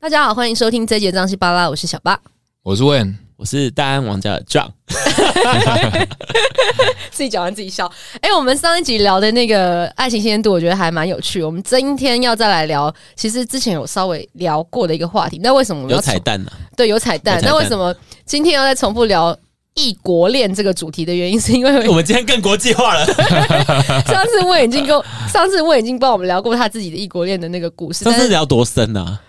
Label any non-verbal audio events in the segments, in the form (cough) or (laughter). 大家好，欢迎收听这一节张西巴拉，我是小八，我是问，我是大安王家的 John，自己讲完自己笑。哎、我们上一集聊的那个爱情新鲜度，我觉得还蛮有趣。我们今天要再来聊，其实之前有稍微聊过的一个话题，那为什么我们有要彩重蛋呢、啊。对有彩蛋有？彩蛋那为什么今天要再重复聊异国恋这个主题的原因，是 (laughs) 因为哎我们今天更国际 (laughs) 化了。上次我已经跟我上次我已经帮我们聊过他自己的异国恋的那个故事，上次但聊多深啊？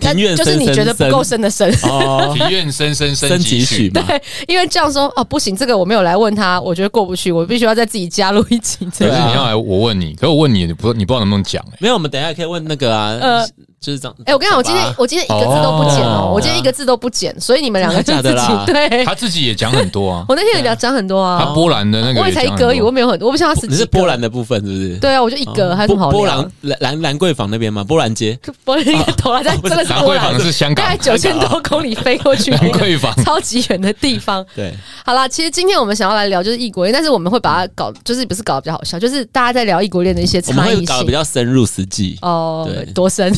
庭但院就是深你深觉得不深够深的深。 (laughs) 哦，庭院深深深几几许许，嘛。因为这样说哦不行，这个我没有来问他，我觉得过不去，我必须要再自己加入一集。可这是个对啊你要来，我问你，可是我问你，你不你不知道能不能讲哎、没有，我们等一下可以问那个啊，呃就是这样。哎、我跟你讲，我今天我今天一个字都不剪哦，哦我今天一个字都不剪，所以你们两个就真自的假己的 (laughs) 啦对。他自己也讲很 (laughs) 多啊，我那天有聊讲很多啊他，波兰的那个我也才一格语，有我没有很多，我不想要十几你个。是波兰的部分是不是？对啊，我就一哦，格，还有什么好波波聊兰？兰兰兰桂坊那边吗？波兰街波兰一个头啊， (laughs) 但真 (laughs) 的是讲波过兰兰桂，坊是 (laughs) 香大概港，九千多公里飞过去，兰 (laughs) 桂坊超级远的地方。对，好啦，其实今天我们想要来聊就是异国恋，但是我们会把它搞，就是不是搞得比较好笑，就是大家在聊异国恋的一些我们差会异搞得比性。较深入实际，哦对，多深？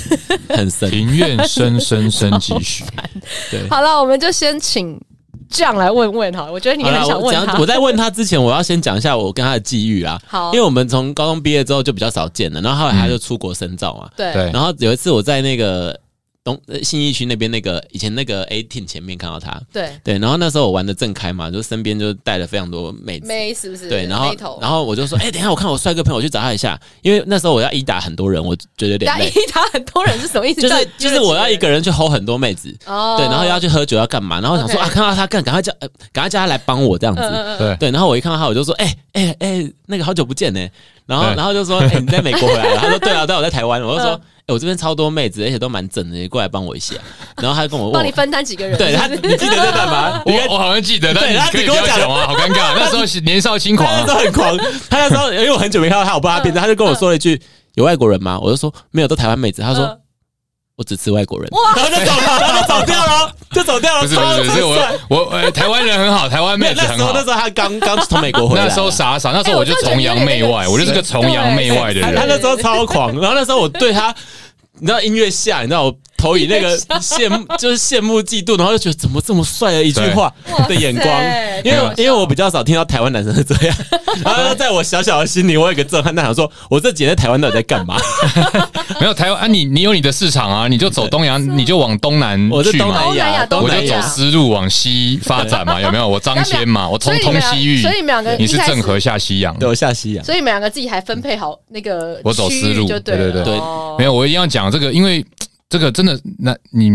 很深。庭院深深深几许， (laughs) (laughs) 对，好了，我们就先请这样来问问哈，我觉得你好很啦想我问讲他。哦我在问他之前，我要先讲一下我跟他的际遇啦。好因为我们从高中毕业之后就比较少见了，然后后来他就出国深造啊嘛。对对，然后有一次我在那个东呃信义区那边那个以前那个 A t e a m 前面看到他，对，对，然后那时候我玩的正开嘛，就身边就带了非常多妹子。妹是不是？对，然后妹头然后我就说，哎、等一下，我看我帅哥朋友我去找他一下，因为那时候我要一打很多人，我觉得有点打一 (laughs) 累，打很多人是什么意思？就到是底就是我要一个人去 hold 很多妹子，哦对，然后要去喝酒要干嘛，然后我想说 OK 啊，看到他干，赶快叫，呃赶快叫他来帮我这样子，嗯嗯嗯， (laughs) 对，对，然后我一看到他，我就说，哎哎哎，那个好久不见呢、然后对然后就说，哎、你在美国 (laughs) 回来了？他说，对啊，对啊，我在台湾。我就说，嗯哎、我这边超多妹子，而且都蛮整的，你过来帮我一下。然后他就跟我帮问你我，分担几个人，对他，是你不是记得 (laughs) 这段 (laughs) 吗？我我好像记得，但对你他只可以跟不我要讲讲啊，好尴 (laughs) 尬，那时候是年少轻狂他那时啊，候很狂，他那时 (laughs) 候因为我很久没看到他，我帮他嗯变成，他就跟我说了一句：“有外国人吗？”我就说：“没有，都台湾妹子。”他说嗯：“我只吃外国人。”哇 (laughs) 然后就走了，然后就走掉了，就走掉了。不是不超是不是，超帅我我呃台湾人很好，台湾没妹有子那很时候好 (laughs) 那，时候他刚刚从美国回来啊， (laughs) 那时候傻傻，那时哎候我就我就觉得崇洋媚外，有点我就是个崇洋媚外的对他人他。哎那时候超 (laughs) 狂，然后那时候我对他，你知道音乐下，你知道我投以 (laughs) 那音乐个下羡慕，就是羡慕嫉妒，然后就觉得怎么这么帅的一句话对啊的眼光哇塞，因为太好笑因为我比较少听到台湾男生是这 (laughs) 样，然后在我小小的心里，我有一个震撼，那想说我这几年在台湾到底在干嘛？没有台湾啊，你你有你的市场啊，你就走东洋，你就往东南 (laughs) 我是去东嘛。南亚，东我南亚就走丝路往西发展 (laughs) 嘛，有没有？我张骞嘛，我所从以你通们西域所，以你们两个你一是开始郑和，下西洋，对我下西洋，所以你们两个自己还分配好那个我走区域丝路就对了对对哦没有，我一定要讲这个，因为这个真的，那你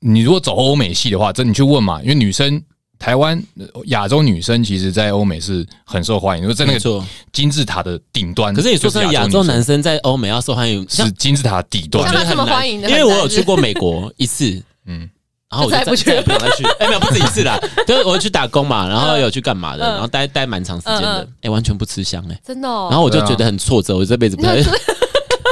你如果走欧美系的话，真你去问嘛，因为女生台湾呃亚洲女生其实，在欧美是很受欢迎，因为在那没个错金字塔的顶端。可是你说就真的，亚洲女男生啊在欧美要受欢迎，生是金字塔底我端觉像他 (laughs) 得这很么难，欢迎因的为很我难有是去过美国一次， (laughs) 嗯嗯，然后我就再也不去了再也不想再去， (laughs) 哎，没有，不止一次啦，就是我去打工嘛，然后嗯有去干嘛的，嗯然后待待蛮长时间嗯的嗯，哎，完全不吃香哎，真的哦。啊然后我就对啊觉得很挫折，我这辈子 (laughs) 不太那。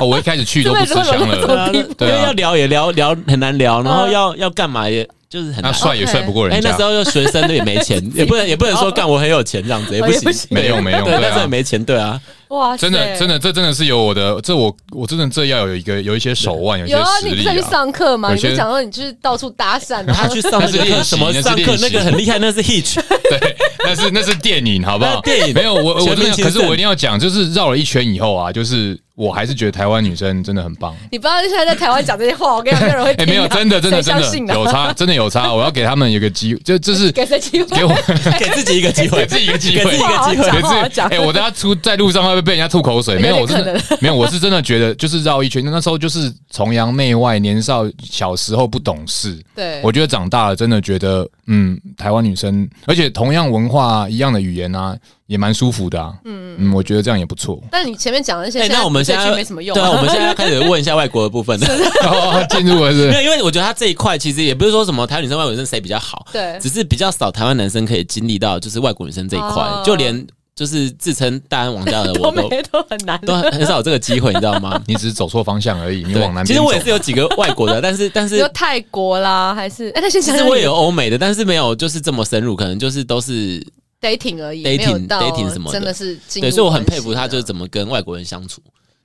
哦，我一开始去都不吃这辈子香会有了，那种 (laughs) 对啊，对因啊为要聊也聊聊很难聊，然后嗯要要干嘛也就是很那难。帅也帅不过哎人，家那时。候又学生的也 (laughs) 没钱，也不能也不能说干我很有钱这样子，也哦不也不行，行没用没用对对，啊那时候也没钱，对啊，哇塞，真的，真的，这真的是有我的，这我我真的这要有一个有一些手腕，有一些有啊！实你不是力还去啊。上课吗？有你不些是讲说你去到处搭 (laughs) 讪，然他后去上那 (laughs) 那是练个习什么那是上课练习那个很厉害，那是 (laughs) hitch， (laughs) 对，那是那是电影，好不好？那电影没有我我全真面的，清可是正我一定要讲，就是绕了一圈以后啊，就是我还是觉得台湾女生真的很 (laughs) 棒。你不要现在在台湾讲这些话，我跟你讲，没 (laughs) 有人会哎、听啊。没有，真的真的谁真相信的啊有差，真的有差。我要给他们一个机，就 (laughs) 就是给谁机会？给我给自己一个机会，给自己一个机给会，自己一个机好好讲。会 (laughs) 可 (laughs) 好好是，讲哎、我等下出在路上会不会被人家吐口水？没有，有我点真可的没有，我是真的觉得，就是绕一圈。那时候就是崇洋媚外，年少小时候不懂事。对，我觉得长大了，真的觉得，嗯，台湾女生，而且同样文化、一样的语言啊，也蛮舒服的啊。嗯嗯，我觉得这样也不 (laughs) 错。但你前面讲的那些，哎、那我们现现在在没什么用对啊。啊，我们现在 (laughs) 要开始问一下外国的部分。哦进入了是不 (laughs) 没是有，因为我觉得他这一块其实也不是说什么台湾女生、外国女生谁比较好，对只是比较少台湾男生可以经历到就是外国女生这一块，哦就连就是自称大安王 (laughs) 家的都我都没都很难。都很很少有这个机会，你知道 (laughs) 吗？你只是走错方向而已，你对往南边走。其实我也是有几个外国的，但 (laughs) 是但比如是泰国啦，还是哎，那先其想实想我也有欧美的，但是没有就是这么深入，可能就是都是 dating 而已 dating- 没有到 dating 什么的真的是进入对，所以我很关系佩服他的就是怎么跟外国人相处。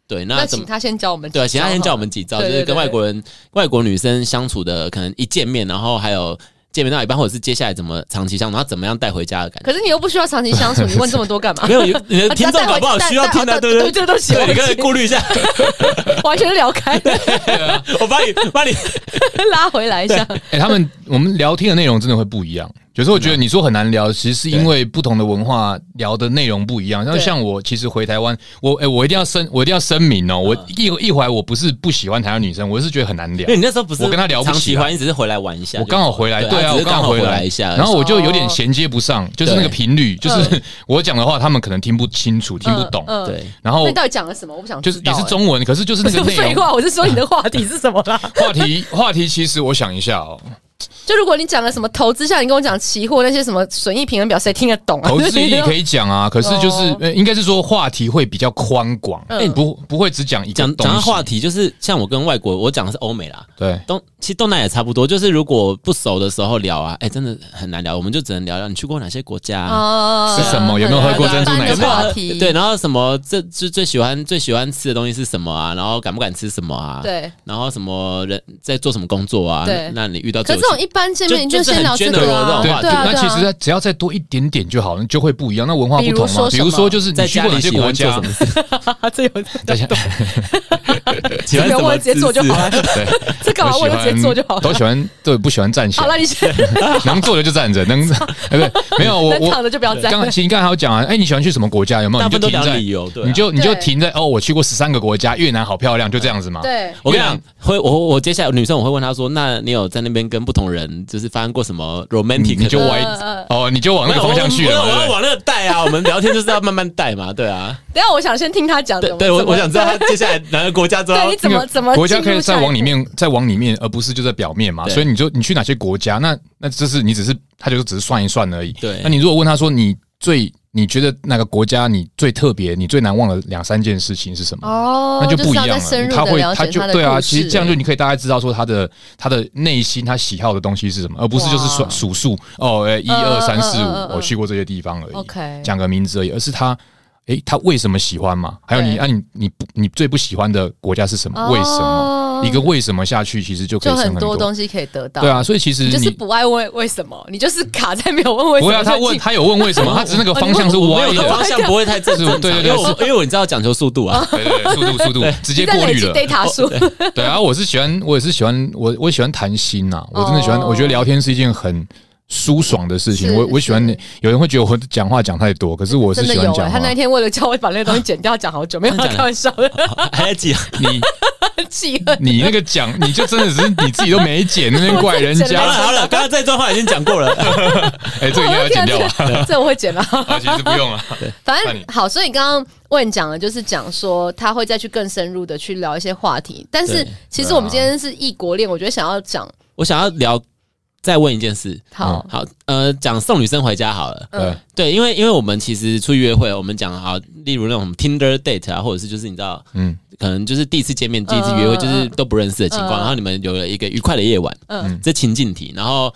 对，那那怎请么？他先教我们几招对好啊，了，请他先教我们几招，就对对是跟对外国人、外国女生相处的，可能一见面，然后还有见面到一半，或者是接下来怎么长期相处，然后怎么样带回家的感可觉。是你又不需要长期相处，你问这么多干嘛没？有，有你的听众搞不好需要听的，带对不对对对不起对，你对不可以起顾虑一下，完全是聊开了，我帮你帮你拉回来一下。哎、他们我们聊天的内容真的会不一样。有时候我觉得你说很难聊，其实是因为不同的文化聊的内容不一样。然后对像我，其实回台湾，我哎、我一定要声，我一定要声明哦，我嗯一一会儿我不是不喜欢台湾女生，我是觉得很难聊因为。你那时候不是我跟他聊不长起期来欢，你只是回来玩一下就。我刚好回来，对对啊，啊只我是刚好好回回来一下然后我就有点哦嗯衔接不上，就是那对个频率，就是 (laughs) 我讲的话，他们可能听不清楚，听不懂。嗯嗯对，然后那你到底讲了什么？我不想就知是道也是欸中文，可是就是不那是个内废容话，我是说你的话题是什么啦？话题话题，其实我想一 (laughs) 下哦，就如果你讲了什么投资，像你跟我讲期货那些什么损益平衡表，谁听得懂啊？投资你可以讲啊，可是就是哦呃应该是说话题会比较宽广，哎嗯不不会只讲一个讲东讲到西。话题，就是像我跟外国，我讲的是欧美啦，对，东其实东南亚也差不多，就是如果不熟的时候聊啊，哎、真的很难聊，我们就只能聊聊你去过哪些国家、啊。啊是什么有没有喝过珍珠一般奶的茶话题对，然后什么这最最喜欢最喜欢吃的东西是什么啊？然后敢不敢吃什么啊？，对。然后什么人在做什么工作啊？对那那你遇到可最是有这种趣一般见面，就你就就是先很聊这 general 个的啊，这对啊种话就对啊。那其实它只要再多一点点就好了，就会不一样。那文化不同嘛，比比如如说说就是在你去家过哪里些喜国欢做家什，么事？ (laughs) 这有大家喜欢不什用么问，直接姿做就势好了。(laughs) 对，这 (laughs) 干嘛都问喜就直接欢嗯做就好都了。喜欢对不喜欢站 (laughs) 起好来了，，你先 (laughs) 能坐的就站着，能哎不对，没有我能躺我着就不要站。刚其实刚才还有讲啊，哎你喜欢去什么国家有没有？大你部就分都停聊在理由，对啊、你就你就对停在哦，我去过十三个国家，越南好漂亮，就这样子嘛。对，我跟你越讲南，会我我接下来女生我会问她说，那你有在那边跟不同人就是发生过什么 romantic？嗯你就呃歪呃哦，你就往那个方向去了嘛，我我对不我要对？往那个带啊，我们聊天就是要慢慢带嘛，对啊，等一 (laughs) 下我想先听他讲对怎么。对，我怎么我想知道他接下来哪个国家之后 (laughs) 对，你怎那么个怎么国家可进以入下再一步往里面，再往里面，而不是就在表面嘛。对所以你就你去哪些国家，那那只是你只是他就只是算一算而已。对那你如果问他说你最你觉得哪个国家你最特别，你最难忘的两三件事情是什么？哦，那就不一是要样再深了，入他的会了他解就他的对啊，故其实事这样就你可以大概知道说他的他的内心他喜好的东西是什么，而不是就是哇数数数哦，哎一二三四嗯五嗯嗯嗯，我去过这些地方而已。 OK 讲个名字而已，而是他，诶、他为什么喜欢嘛？还有你，对啊你你不你最不喜欢的国家是什么？为什么？哦一个为什么下去，其实就可以就省很多多东西可以得到。对啊，所以其实你你就是不爱问为什么，你就是卡在没有问为什不啊么。要他问，他有问为 (laughs) 什么，他只是那个方向是我哦没歪有的的，方向不会太正是正对常，对因对为我因为我你知道讲求速度 (laughs) 啊，对对对，速度速度，直接你在过累滤积了。 data 数，对啊，我是喜欢，我也是喜欢，我我喜欢谈心呐、啊我真的喜欢，哦我觉得聊天是一件很舒爽的事情。是我我喜欢是，有人会觉得我讲话讲太多，可是我是真的喜欢有、讲欸。话。他那一天为了叫我把那个东西剪掉，讲好久，没有真的假开的玩笑的，还在记啊，你气愤。你那 (laughs) 个讲，你就真的只是你自己都没剪，那边怪人我真的 (laughs) 好了家。好了，刚刚这段话已经讲过了，哎、这个应该要剪掉啊 (laughs) 吧？吧？这我会 (laughs) 剪 (laughs) 啊。啊，其实不 (laughs) 用了。反换正你好，所以你刚刚问讲的就是讲说他会再去更深入的去聊一些话题，但是对啊其实我们今天是异国恋，我觉得想要讲 (laughs) 我想要聊，再问一件事，好，好，呃，讲送女生回家好了。对，对，因为因为我们其实出去约会，我们讲好，例如那种 Tinder date 啊，或者是就是你知道，嗯，可能就是第一次见面、第一次约会，嗯就是都不认识的情嗯况，然后你们有了一个愉快的夜晚，嗯嗯，这情境题，(laughs) 然后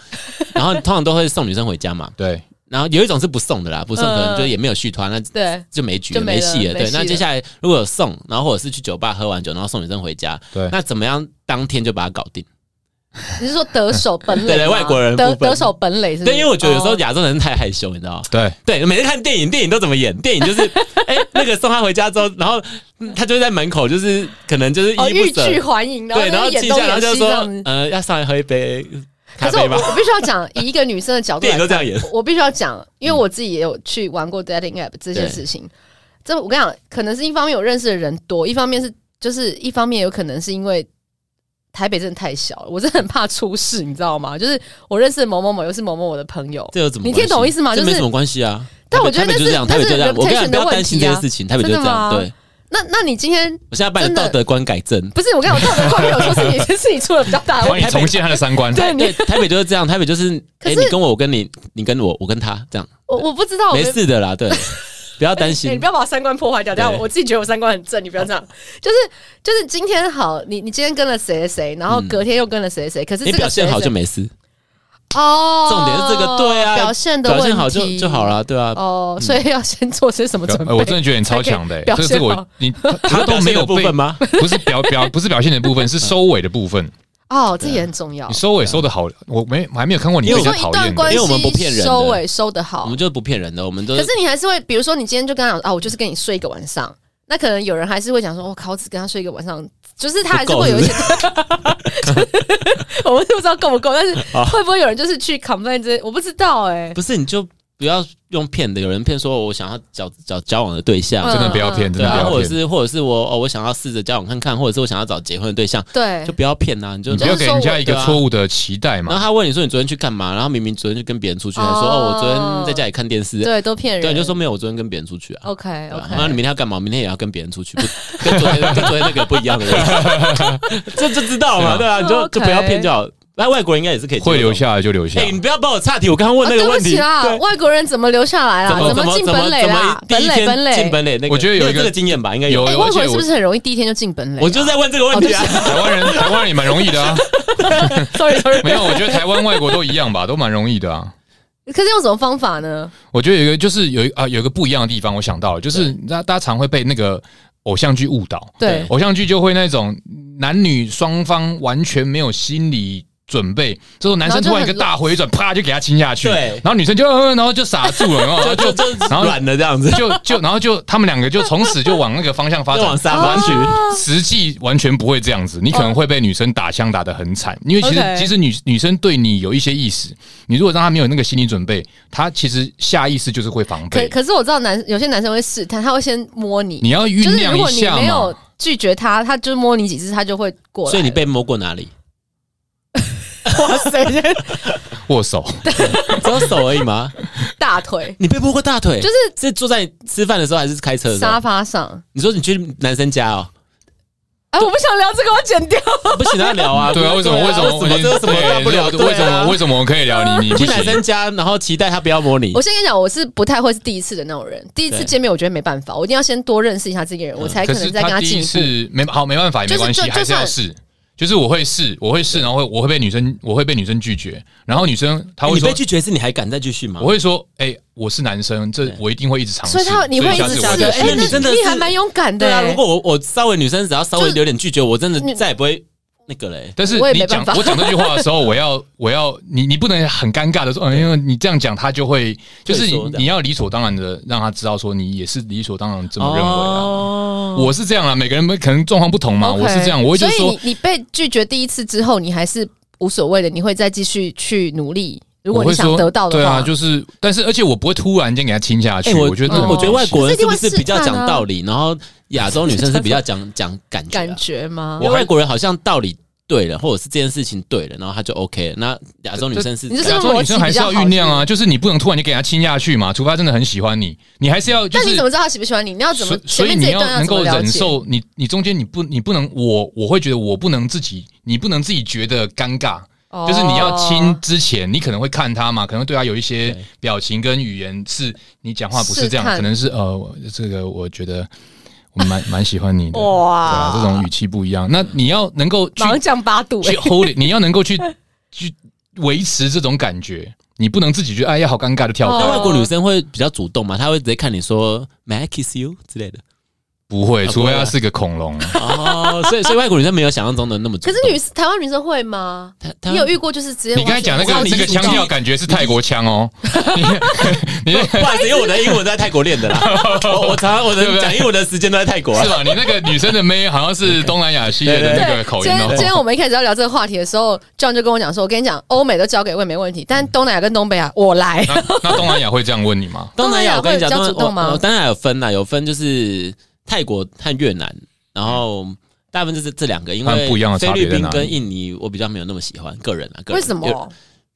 然后通常都会送女生回家嘛，对，然后有一种是不送的啦，不送可嗯能就也没有续团，那对就没局就了，没了没戏了。没对，戏了那接下来如果有送，然后或者是去酒吧喝完酒，然后送女生回家，对那怎么样当天就把它搞定？你是说得手本垒吗？ (laughs) 对对外国人得部分得手本垒是不是？对，因为我觉得有时候哦亚洲人太害羞，你知道吗？对，对，每次看电影，电影都怎么演？电 (laughs) 影就是，哎、那个送他回家之后，然后嗯他就在门口，就是可能就是哦依依欲不舍，拒还迎，然后对，然后眼记东下，然后眼就西这样说子，。呃，要上来喝一杯可咖是啡吗我？我必须要讲，以一个女生的 (laughs) 角度电来影都这样演，嗯我必须要讲，因为我自己也有去玩过 dating app 这些事情。这我跟你讲，可能是一方面我认识的人多，一方面是就是一方面有可能是因为台北真的太小了，我真的很怕出事，你知道吗？就是我认识的某某某又是某某我的朋友，这有怎么关系？你听懂意思吗这就没是什么关系啊。但台北我觉得台北那就是这样，台北就这样。那是我跟你讲，不 reputation 要的担心这问题件啊事情，台北就是这真的吗样。对，那那你今天我现在帮你真的道德观改正。不是我跟你讲，我道德观没有说是你 (laughs) 是你出了比较大的帮问你题，重现他的三观。对对， (laughs) 你台北就是这样，台北就是， (laughs) 可哎、是你跟我，我跟你，你跟我，我跟他，这样我我不知道，我没事的啦。 (laughs) 对，不要担欸你心不。要把我三观破坏掉。等一下对我自己觉得我三观很正，你不要这样。就是就是今天好，你你今天跟了谁谁谁，然后隔天又跟了谁谁，可是嗯你这个表谁现好谁就没事。哦，重点是这个对啊表现的表问现题好就就好。了，对啊，哦，所以要先做些什么准备？哎我真的觉得你超强的、欸，才这可以个这个表现好我你他都没有部被分？吗？不是表表不是表现的部分，是收尾的 (laughs) 部分。哦，这也很重要你。收尾收的好，我没我还没有看啊过你因为你被说人我家一讨段厌关的。系因为我们不骗人的收尾收的好我们，就是不骗人的，我们都可是你还是会，比如说你今天就跟他讲啊，我就是跟你睡一个晚上，那可能有人还是会讲说，我哦靠，我只跟他睡一个晚上，就是他还是会有一些， (laughs) 我们都不知道够不够， (laughs) 但是会不会有人就是去 complain 这些，我不知道哎、不是你就不要用骗的，有人骗说我想要找找交往的对象，嗯真的不要骗，真对的啊，不或要者骗。是或者是我哦，我想要试着交往看看，或者是我想要找结婚的对象，对就，不要骗呐，你就你不要给人家一就个是说我错误的期待然后嘛。他问你说你昨天去干嘛，然后明明昨天就跟别人出去，还说哦哦我昨天在家里看电视，对，都骗人。对，嗯你就说没有，我昨天跟别人出去啊。 OK 对啊 OK，然后你明天要干嘛？明天也要跟别人出去，不 (laughs) 跟昨天跟昨天那个不一样的人， (laughs) 这就知道嘛，对啊，你就 OK 就不要骗就好。那外国人应该也是可以接受会留。下来就留下哎，来你，不要帮我岔题，我刚刚问那个啊、对问不题，起啦，对外国人怎么留下来啦？怎么进本垒啦？怎么本第一垒天本进垒。本垒那个，我觉得有一个你这个经验吧，应该有有。哎、而且外国人我是不是很容易第一天就进本垒、我就在问这个问题哦啊，台湾人台湾人也蛮容易的 (laughs) 啊。 sorry sorry， (laughs) 没有，我觉得台湾外国都一样吧，都蛮容易的啊。可是用什么方法呢？我觉得有一个就是有一啊有一个不一样的地方，我想到了，就是大大家常会被那个偶像剧误导，对，偶像剧就会那种男女双方完全没有心理准备，这种男然生后就突然一个很大回转，啪就给他亲下去，对然后女生就呃然后就傻住了，然后就就就然后软了这样子，就就然后就他们两个就从此就往那个方向发就往哦展。沙发去。实际完全不会这样子，你可能会被女生打枪打得很惨，因为其实 OK 其实女女生对你有一些意思，你如果让她没有那个心理准备，她其实下意识就是会防可备。可是我知道男有些男生会试探，他会先摸你，你要就酝是酿如果一你下没嘛有。拒绝他，他就摸你几次，他就会过来了。所以你被摸过哪里？ (laughs) 哇塞，握 (laughs) 手，只有手而已吗？大 (laughs) 腿你被摸过大腿？就是是坐在吃饭的时候还是开车的时沙候？发上。你说你去男生家哦，哎、我不想聊这个，我剪 (laughs) 掉。不行，要聊 (laughs) 啊。对啊，为什么？为什么？为什么？这有什么对大不了？对为啊什么？为什么我可以聊你？你不去行男？生家，然后期待他不要摸你我？先跟你讲，我是不太会是第一次的那种人。第一次对见面，我觉得没办法，我一定要先多认识一下这个人，我才嗯可可能是再跟他第进一一步。次没好，没办法，也就是没关系，就还是要就算试。就是我会试，我会试，然后会我会被女生，我会被女生拒绝，然后女生她会你说被，拒绝是你还敢再继续吗我？会说，哎，我是男生，这对我一定会一直尝试。所以他你会一下直次试，我哎、下次我就就哎那你真的你是还蛮勇敢的、对啊，哎如果我我稍微女生只要稍微就是有点拒绝，我真的再也不会那个欸嘞。但是我也你没讲办法我讲这句话的时候，我要我要你你不能很尴尬的说，嗯，因为你这样讲他就会，就是你退缩的你要理所当然的让他知道说你也是理所当然这怎么认为哦啊。啊我是这样啊，每个人可能状况不同嘛，我是这样，我会就所是以说你你被拒绝第一次之后，你还是无所谓的，你会再继续去努力。如我果你会想说得到的对话，啊，就是，但是而且我不会突然间给他亲下去，哎，我觉得嗯很我觉得外国可是人是一定不会是比较试探啊讲道理，然后亚洲女生是比较讲讲感觉啊？感觉吗因？为我还外国人好像道理对了，或者是这件事情对了，然后他就 OK 了。那亚洲女生是哦你就是亚啊洲女生还是要酝酿啊，就是你不能突然就给他亲下去嘛，除非他真的很喜欢你，你还是要就但你是怎么知道他喜不喜欢你？你要怎么所前所以面你这一要段能怎么够了忍解？受你你中间你不你不能我我会觉得我不能自己你不能自己觉得尴尬，哦就是你要亲之前你可能会看他嘛，可能对他有一些表情跟语言是你讲话不是这样试，探可能是呃我这个我觉得我蛮蛮 (laughs) 喜欢你的，对哇，啊这种语气不一样，那你要能够去马上降八度、去哎 hold it，你要能够去去维持这种感觉，你不能自己觉得哎呀好尴尬就跳哦那开，外国女生会比较主动嘛，她会直接看你说 “May I kiss you” 之类的。不会，啊除非不会他啊是个恐龙。哦，所以所以外国女生没有想象中的那么可主动。是女台湾女生会吗？她她你有遇过就是直接你刚才讲那完个全那个腔调，感觉是泰国腔哦。你你那个 (laughs) 不好意思，因为我的英文在泰国练的啦，我我常我对的不对讲英文的时间都在泰国是吧？啊。你那个女生的妹好像是东南亚系列的那个口今音天今天哦。我们一开始要聊这个话题的时候，John 就跟我讲说：“我跟你讲，欧美都交给我也没问题，但东南亚跟东北亚我来。那那东南亚会这样问你吗？东南亚，我跟你讲，东南亚会比较东主动吗我我东南亚有分呐，有分就是泰国和越南，然后大部分就是这两个，因他们为不一样的菲差别律在宾哪里跟印尼我比较没有那么喜欢，个人啊，”个为人什么？有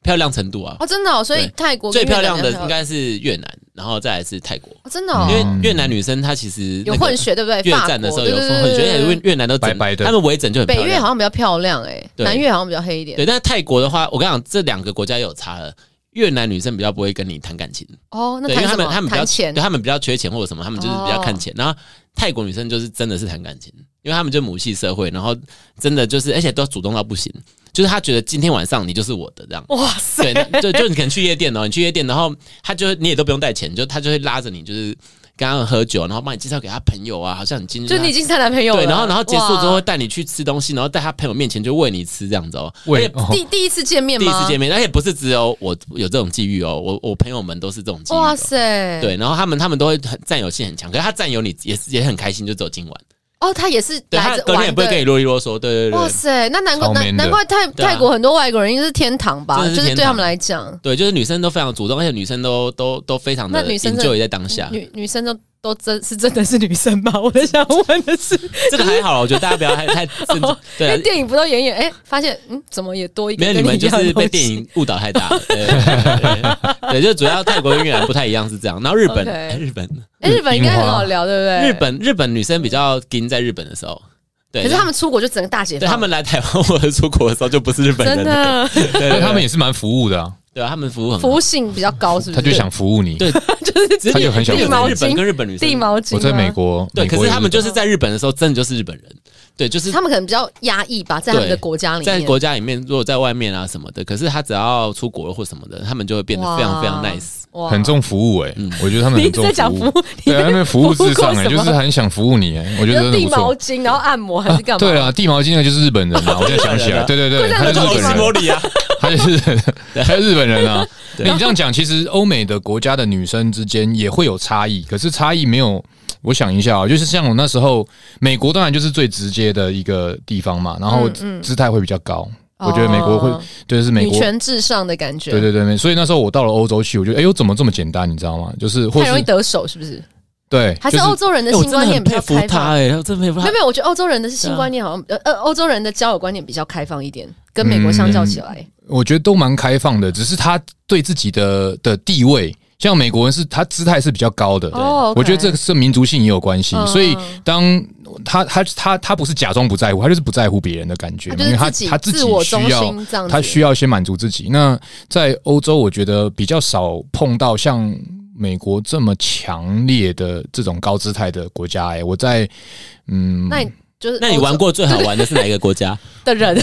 漂亮程度啊哦，，真的哦，所以对泰国跟最越漂南亮的还好应该是越南，然后再来是泰国，哦真的哦因为越南女生她其实有那个混血对不对？越法战的时国候有对时对候很对觉得对越越南都整白白的他们围整就很漂北越亮。啊好像比较漂亮哎，对南越好像比较黑一点对，但是泰国的话，我跟你讲，这两个国家有差了。越南女生比较不会跟你谈感情，哦。那对，因谈为他什们么？他们比较谈钱哦对他们比较缺钱或者什么，他们就是比较看钱。然后泰国女生就是真的是谈感情，因为他们就母系社会，然后真的就是而且都主动到不行。就是他觉得今天晚上你就是我的这样。哇塞对，，那就就你可能去夜店哦，你去夜店，然后他就会你也都不用带钱，就他就会拉着你，就是跟他喝酒，然后帮你介绍给他朋友啊，好像你今天就你已经是她男朋友了，对，然后然后结束之后哇会带你去吃东西，然后在他朋友面前就喂你吃这样子哦。喂而且哦第第一次见面第一吗？次见面，而且不是只有我有这种际遇哦，我我朋友们都是这种际遇、哇哦。塞，，对，然后他们他们都会很占有性很强，可是他占有你也是也很开心，就走今晚。哦，他也是对来他着隔天也玩不会跟你的。啰里啰嗦，对对哇对，塞，那难怪超难 man 的难怪泰对啊泰国很多外国人应该是天堂吧，真就的是是天堂对他们来讲，对，就是女生都非常主动，而且女生都都都非常的那女生真的 enjoy 在当下。女女生都都真是真的是女生吧？我在想问的是，这个还好，我觉得大家不要 (laughs) 太太慎重哦。因对为啊，电影不都演演，哎、发现嗯，怎么也多一个没有跟你们一就样是的东被西电影误导太大了。对对对对，对就主要泰国跟越南不太一样是这样。然后日本， OK 哎日本，哎、日本应该很好聊，对不对？日，本日本女生比较跟在日本的时候，对，可是他们出国就整个大解对放，他们来台湾或者出国的时候就不是日本真人了，的对但对他们对也是蛮服务的啊，对啊，他们服务很服好务，性比较高，是不是？他就想服务你。对就是他就很想地日毛本日本巾，跟日本女地生，毛巾、我在美，国，对，美可国是也他们就是这样在日本的时候真的就是日本人，对，就是他们可能比较压抑吧，在他们的对国家里面，在国家里面，如果在外面啊什么的，可是他只要出国或什么的，他们就会变得非常非常哇 nice。哇很。重服务哎，我觉得他们你一很直重在讲服务，务，你对，在他们服务至上哎，服务过什就么是很想服务你哎，我觉得就真是的地不毛错。巾，然后按摩还是干嘛？对啊，地毛巾那个就是日本人啊，我现在想起来，对对对，他那是个日奥本西人莫，里啊， (laughs) 他就是日本人，他是日本人啊。对哎你这样讲，其实欧美的国家的女生之间也会有差异，可是差异没有。我想一下啊，就是像我那时候，美国当然就是最直接的一个地方嘛，然后嗯嗯姿态会比较高。哦我觉得美国会，就是美女国，权至上的感觉，对对对，没所以那时候我到了欧洲去，我觉得哎呦怎么这么简单，你知道吗？就是或太容易是得手，是不是？对，还是就哎欧洲人的我性真的观念很比较佩服开他放？哎、我真的佩服没他有没。有，我觉得欧洲人的性观念好像啊呃呃，欧洲人的交友观念比较开放一点，跟美国相较起来，我觉得都蛮开放的，只是他对自己的的地位，像美国人是他姿态是比较高的，哦，OK 嗯我觉得这个是民族性也有关系，嗯所以当他他他他不是假装不在乎，他就是不在乎别人的感觉他啊就嘛，因是为他自己他自己自我中需要心这样子，他需要先满足自己。那在欧洲，我觉得比较少碰到像美国这么强烈的这种高姿态的国家、哎，我在嗯，那你就是那你欧洲玩过最好玩的是哪一个国家？的人，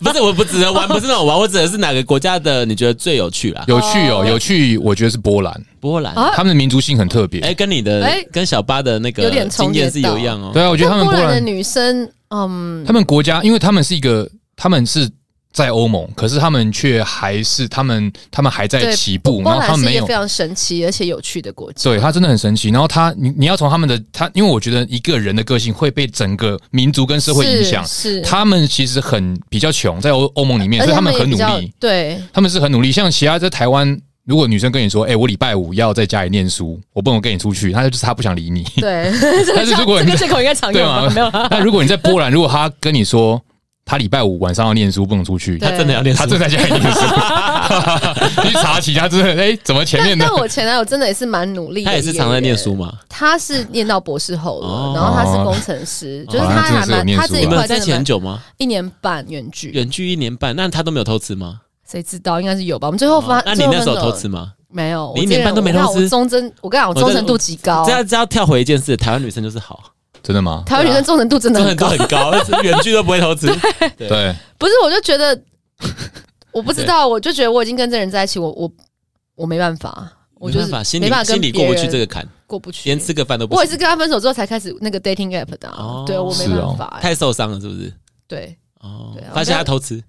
不是，我不指的玩，不是那种玩，我指的是哪个国家的？你觉得最有趣啦？有趣哦，哦有趣，我觉得是波兰，波兰，啊他们的民族性很特别。哎、跟你的，哎跟小巴的那个有点重经叠验到是有一样哦。对啊，我觉得他们 (laughs) 波波兰兰的女生，嗯，他们国家，因为他们是一个，他们是在欧盟，可是他们却还是他们，他们还在对起步，波然后他兰们是没一个有非。常神奇而且有趣的国家，对他真的很神奇，然后他你你要从他们的他，因为我觉得一个人的个性会被整个民族跟社会影响。是，是他们其实很比较穷，在欧欧盟里面，而且所以他们也很努比较力， (laughs) 对，他们是很努力。像其他在台湾，如果女生跟你说：“哎、我礼拜五要在家里念书，我不能跟你出去。”他就是他不 (laughs) 想理你。对，但 (laughs) 是如果这你个借口应该常用吧对啊吗没有 (laughs) 啦，那如果你在波兰，如果他跟你说他礼拜五晚上要念书，不能出去，对他真的要练他出正在家里念书， (laughs) 你查其他真的，哎、怎么前面但的但我前男友真的也是蛮努力的，他也是常在念。书嘛。他是念到博士后了，哦然后他是工程师，就是哦他那真的还是有蛮念他书这一啊你们块有在一真起的很蛮久吗？一年半远距，远距一年半，那他都没有偷吃吗？谁知道应该是有吧？我们最后发哦，那你最后那时候分手偷吃吗？没有？你我一年半都没这个人偷我吃我忠贞，我跟你讲，我忠诚度极高这。要这要跳回一件事，台湾女生就是好，真的吗？台湾女生忠诚度真的真很的高，很高， (laughs) 远距都不会偷吃。对，不是？我就觉 (laughs) 得，我不知道，我就觉得我已经跟这人在一起，我我我没办法，我没就是办法，心里没办法跟心里过不别去人这个坎，过不去连。吃个饭都不我也行，是跟他分手之后才开始那个 dating app 的啊哦，对我没是办哦法欸，太受伤了，是不是？对哦对啊，发现他偷吃，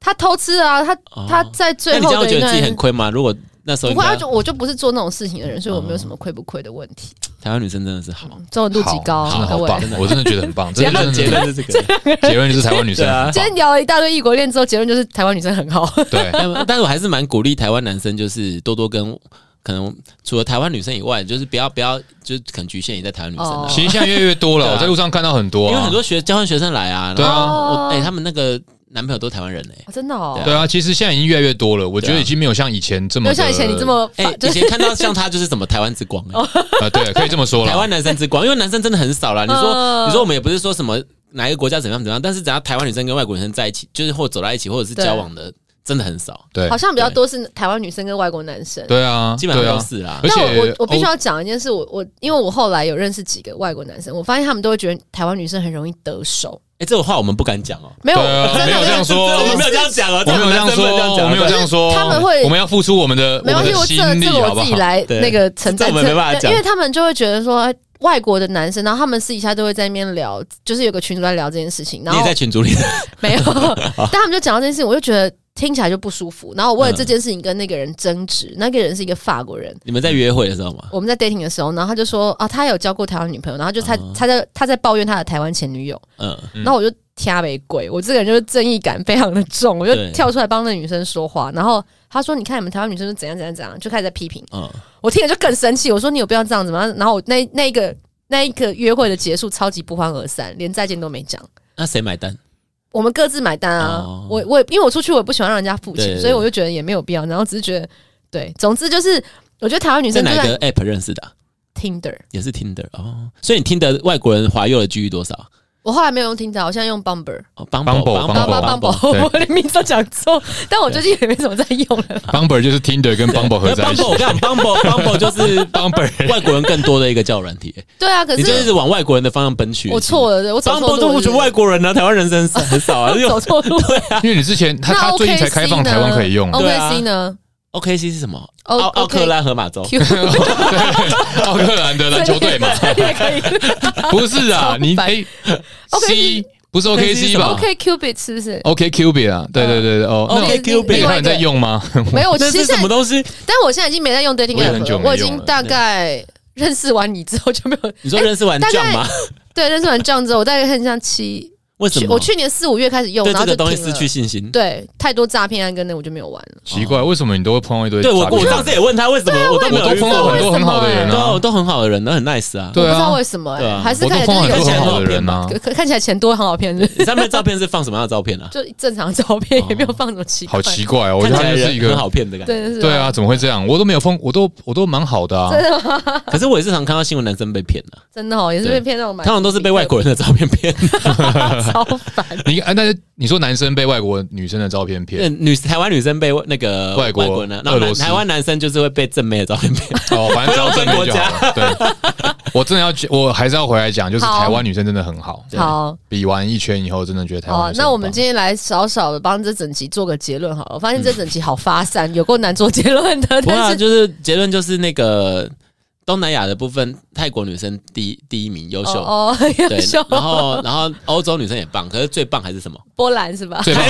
他偷吃啊，他哦他在那最你这后样的觉一得自己段很。亏吗？如果那时不候应会，啊该就我就不是做那种事情的人，所以我没有什么亏不亏的问题。台湾女生真的是好，忠诚度极高，啊真的各好位。棒，我真的觉得很 (laughs) 棒，真结的论真结的论是这个。结论就是台湾女生对啊很今天棒，聊了一大堆异国恋之后，结论就是台湾女生很好。对，但 (laughs) 但是我还是蛮鼓励台湾男生，就是多多跟可能除了台湾女生以外，就是不要不要，就是可能局限于在台湾女生啊哦，其实现在越来越多了，对啊我在路上看到很多、因啊，为很多学交换学生来啊，对然后啊。哦我哎他们那个男朋友都台湾人 (laughs) 哎。哦真的哦，对啊，其实现在已经越来越多了，我觉得对啊已经没有像以前这么没的有像以前你这么哎、反就以前看到像他就是什么台湾之光、哎啊，对，可以这么说台了。湾男生之光，因为男生真的很少啦。你说，嗯你说我们也不是说什么哪一个国家怎么样怎么样，但是只要台湾女生跟外国女生在一起，就是或走在一起，或者是交往的真的很少，对好，像比较多是台湾女生跟外国男生。对啊，基本上对都啊，是啦而。但且哦我我我必须欧要讲一件事，我我因为我后来有认识几个外国男生，我发现他们都会觉得台湾女生很容易得手，哎、这种话我们不敢讲哦、没有对啊真没有这的样说我们没有这样讲哦，我没有这样说，啊我没有这样哦说，他们会我们要付出我们的没关系，我我们这的心力，这个好不我自己好？来对那个承担，这我们没办法对讲因为他们就会觉得说。哎外国的男生，然后他们私底下都会在那边聊，就是有个群主在聊这件事情，然你后 (laughs) 也在群组里，没有，但他们就讲到这件事情，我就觉得听起来就不舒服。然后我为了这件事情跟那个人争执，那个人是一个法国人， (laughs) 你们在约会的时候吗？我们在 dating 的时候，然后他就说啊，他有交过台湾女朋友，然后就他、哦他在他在抱怨他的台湾前女友，嗯，嗯然后我就天没鬼，我这个人就是正义感非常的重，我就对跳出来帮那女生说话，然后他说你看你们台湾女生是怎样怎样怎样，就开始在批评，嗯，我听了就更生气，我说你有必要这样子吗？然后我那那一个那一个约会的结束超级不欢而散，连再见都没讲。那谁买单？我们各自买单啊。哦我我也因为我出去我也不喜欢让人家付钱，对对对所以我就觉得也没有必要。然后只是觉得，对，总之就是我觉得台湾女在生就哪一在个 app 认识的啊、 Tinder，也是 Tinder 哦，所以你 Tinder 外国人华右的几率多少？我后来没有用 Tinder，我现在用 Bumble。哦，Bumble Bumble，巴 Bumble，巴 Bumble， (laughs) Bumble，我连名字都讲错，但我最近也没怎么在用了。 Bumble 就是 Tinder 跟 Bumble 合 (laughs) 在一起 Bumble，我跟你讲，Bumble (laughs) Bumble 就是 (laughs) ，Bumble 外国人更多的一个交友软体，对啊，可你就一是直往外国人的方向奔去。我错了，对我走错，Bumble 路都了，不是全不外是国人呢、啊台湾人真少很少啊。 (laughs) 因为走错路。因为你之前他他那最近才开放 OKC 呢台湾可以用，对啊 OKC 呢？ OKC 是什么？哦奥奥克兰河马州。 Q (laughs) 对，奥克兰的篮球队嘛，也可以。不是啊，你超白哎 OKC C 不是 OKC 吧啊 OK Cupid 是不是？ ？OK Cupid 啊，对对对对哦，那 OK 另 Cupid 那另个外一人在个用吗？ (laughs) 没有，我其那实是现在什么东西？但我现在已经没在用 dating 我也 app 很久了，没我已用经了大概认识完你之后就没有。嗯你说认识完哎大概 John 吗？对，认识完这样之后，我大概很像七，为什去么？我去年四五月开始用，对然后这就个东西停了失去信心。对太多诈骗案跟那我就没有玩了。奇怪，为什么你都会碰到一堆？对我我上次也问他为什啊么，我都没我有都遇碰过到很为多什很么好的人对啊，我啊，都很好的人，都很 nice 啊。我对不知道啊，为什么、对欸啊还是我都看起碰到来很就是有多很钱好的人啊，看看起来钱多很好骗，是不是你上面的照片是放什么样的照 (laughs) 片啊？ (laughs) 就正常照片，哦也没有放什么奇怪。好奇怪哦，我看觉起得他来就是一人很个。好骗的感觉。真的是对啊，，怎么会这样？我都没有碰，我都我都蛮好的啊。可是我也是常看到新闻，男生被骗的，真的哦，也是被骗那种买，通常都是被外国人的照片骗。超烦。 (laughs) 你啊，那你说男生被外国女生的照片对 (laughs) 骗女台湾女生被那个外国外国人啊，然后俄男罗斯台湾男生就是会被正妹的照片骗。哦，反正只要正面就好了。对，我真的要，我还是要回来讲，就是好台湾女生真的很好。对好，比完一圈以后，真的觉得台好、湾啊女，生很棒。那我们今天来少少的帮这整集做个结论好了。我发现这整集好发散，有够难做结论的，不过啊但是就是结论就是那个东南亚的部分，泰国女生第一第一名优啊秀，哦哦，优对秀，，然后然后欧洲女生也棒，可是最棒还是什 (laughs) 么？波兰是吧？最棒啊，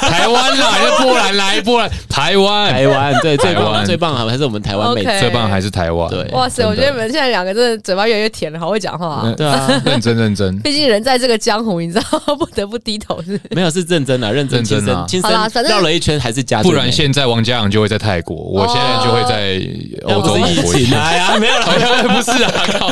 台湾啦，还是波兰来波兰，台湾台湾对台最棒湾最棒还是我们台湾妹子 OK 最棒还是台湾。对哇塞，真的我觉得你们现在两个真的嘴巴越来越甜了，好会讲话、啊嗯。对啊，认真 (laughs) 认真，毕竟人在这个江湖，你知道 (laughs) 不得不低头是 (laughs) 没有是认真的，认真认亲真身啊亲好啦身反正绕了一圈还是家最不美，然现在王嘉阳就会在泰国，哦我现在就会在欧洲要不是美国疫情啊呀，没有好了，像 (laughs) 不是啊，靠！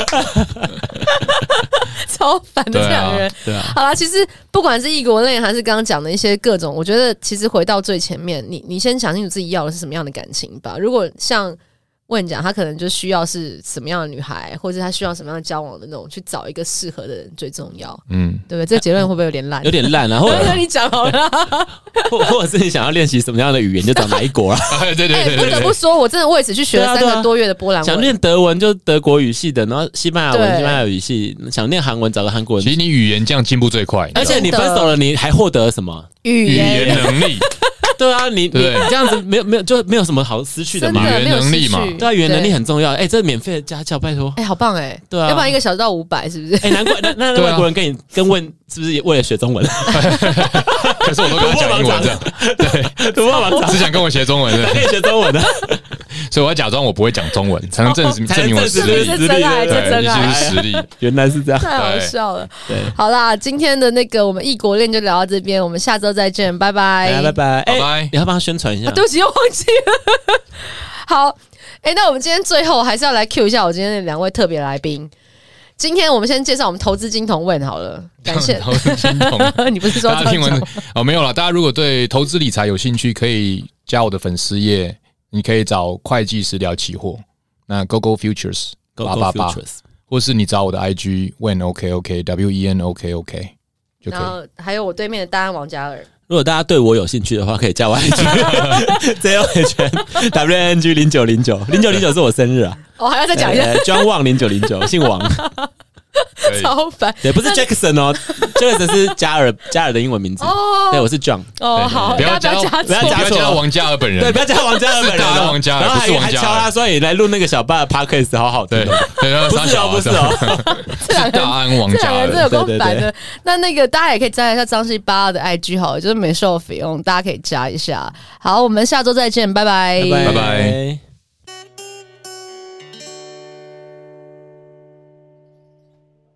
超烦的对这两个啊人。，对啊， (laughs) 好啦，其实不管是异国恋还是刚刚讲的一些各种，我觉得其实回到最前面，你你先想清楚自己要的是什么样的感情吧。如果像问你讲，他可能就需要是什么样的女孩，或者他需要什么样的交往的那种，去找一个适合的人最重要，嗯，对不对？这个结论会不会有点烂？有点烂啊，或我 (laughs) 者跟你讲好了。或或者是你想要练习什么样的语言，就找哪一国啊？对对哎、对不对得对不说，我真的为此去学了对啊三对啊个多月的波兰想文。练德文就德国语系的，然后西班牙文对西班牙语系，想练韩文找个韩国对，其人。实你语言这样进步最快，而且你你分手了，你还获得了什么？语知道吗语言言能力，对啊，你你对这样子没有没有就没有什么好失去的真嘛的。语言没有能力失嘛去对啊，语言能力对很重要。哎，这免费的家教，拜托。哎、好棒哎、对啊要不然一个小时到五百是不 (laughs) 是？哎，难怪那那那对啊外国人跟你跟问是不是也为了学中文？啊可是我都跟他讲英文这样，怎 (laughs) 么办法？只想跟我学中文可的，以学中文的，啊所以我要假装我不会讲中文，才能证实才证能明我的证这实实力，是真爱，对这对，真啊你爱是。实力，哎原来是 (laughs) 这样。太好对笑了对，好啦，今天的那个我们异国恋就聊到这边，我们下周再见，拜拜，哎，拜拜，拜哎，拜。。你要帮他宣传一下啊，。对不起，又忘记了。 (laughs) 好，哎、那我们今天最后还是要来 Q 一下我今天的两位特别来宾。今天我们先介绍我们投资金童问好了，感谢 (laughs) (laughs) 投资金童你不是说大家要听讲完 (laughs) 哦，没有了。大家如果对投资理财有兴趣，可以加我的粉丝页，你可以找会计师聊期货，那 Go Go Futures 八 Go 八 Go 八， Futures 或是你找我的 IG when OK OK W E N OK OK 就可然以。后还有我对面的大安王嘉尔，如果大家对我有兴趣的话，可以加我 IG，j (laughs) o h n (laughs) W N G 零九零九零九零九是我生日啊，我、哦还要再讲哎一下，呃，John Wang 零九零九，姓王，可 (laughs) 以超烦对，不是 Jackson 哦，Jackson 是加尔加尔的英文名字，哦对，我是 John，哦，对好，不要大家不要加加不要错加不要错加王嘉尔本人，对，不要加王嘉尔本人是哦，大王嘉尔然后不还是王还嘉尔敲他说你来录那个小爸 Podcast 好好听对哦，对，然后不三是小哦，啊不是哦， (laughs) 是大安王这嘉两个人真尔有够烦对对的。那那个大家也可以加一下张西八的 IG 好了，就是没收费用，大家可以加一下。好，我们下周再见，拜拜，拜拜。